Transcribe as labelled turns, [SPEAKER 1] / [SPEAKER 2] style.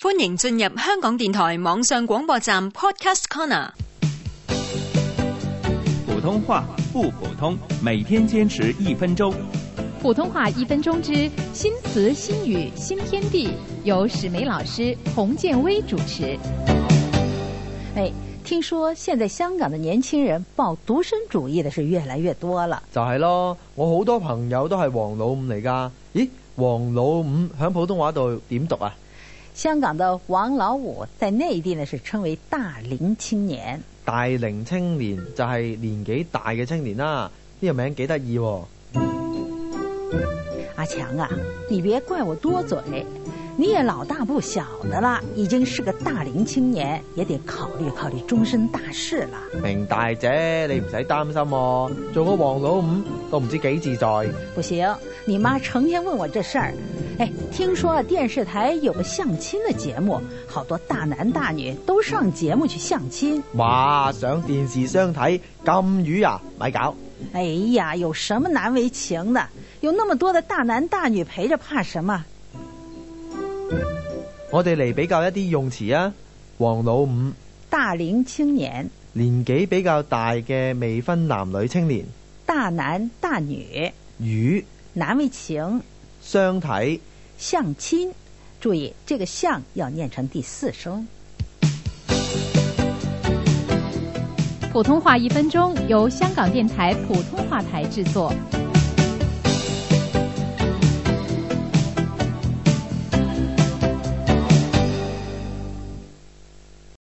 [SPEAKER 1] 歡迎進入香港電台網上廣播站 Podcast Corner。
[SPEAKER 2] 普通話不普通，每天堅持一分鐘。
[SPEAKER 3] 普通话一分钟之新词新语新天地，由史梅老师、洪建威主持。
[SPEAKER 4] 哎，听说现在香港的年轻人抱独身主义的是越来越多了。
[SPEAKER 5] 就係咯，我好多朋友都係黃老五嚟㗎。咦，黃老五喺普通話度點讀啊？
[SPEAKER 4] 香港的王老五在内地呢是称为大龄青年。
[SPEAKER 5] 大齡青年就係年紀大嘅青年啦。呢、個名幾得意喎。
[SPEAKER 4] 阿强啊，你别怪我多嘴，你也老大不小的了，已经是个大龄青年，也得考虑考虑终身大事了。
[SPEAKER 5] 明大姐，你唔使擔心喎。做個黃老五都唔知幾自在。
[SPEAKER 4] 不行，你妈成天问我这事儿。哎，听说电视台有个相亲的节目，好多大男大女都上节目去相亲。
[SPEAKER 5] 哇，上電視相睇咁魚啊，咪搞！
[SPEAKER 4] 哎呀，有什么难为情的？有那么多的大男大女陪着，怕什么？
[SPEAKER 5] 我哋嚟比較一啲用詞啊。黃老五，
[SPEAKER 4] 大龄青年、
[SPEAKER 5] 年紀比較大嘅未婚男女青年。
[SPEAKER 4] 大男大女、
[SPEAKER 5] 魚，
[SPEAKER 4] 难为情、
[SPEAKER 5] 相睇。
[SPEAKER 4] 相亲，注意这个“相”要念成第四声。
[SPEAKER 3] 普通话一分钟由香港电台普通话台制作。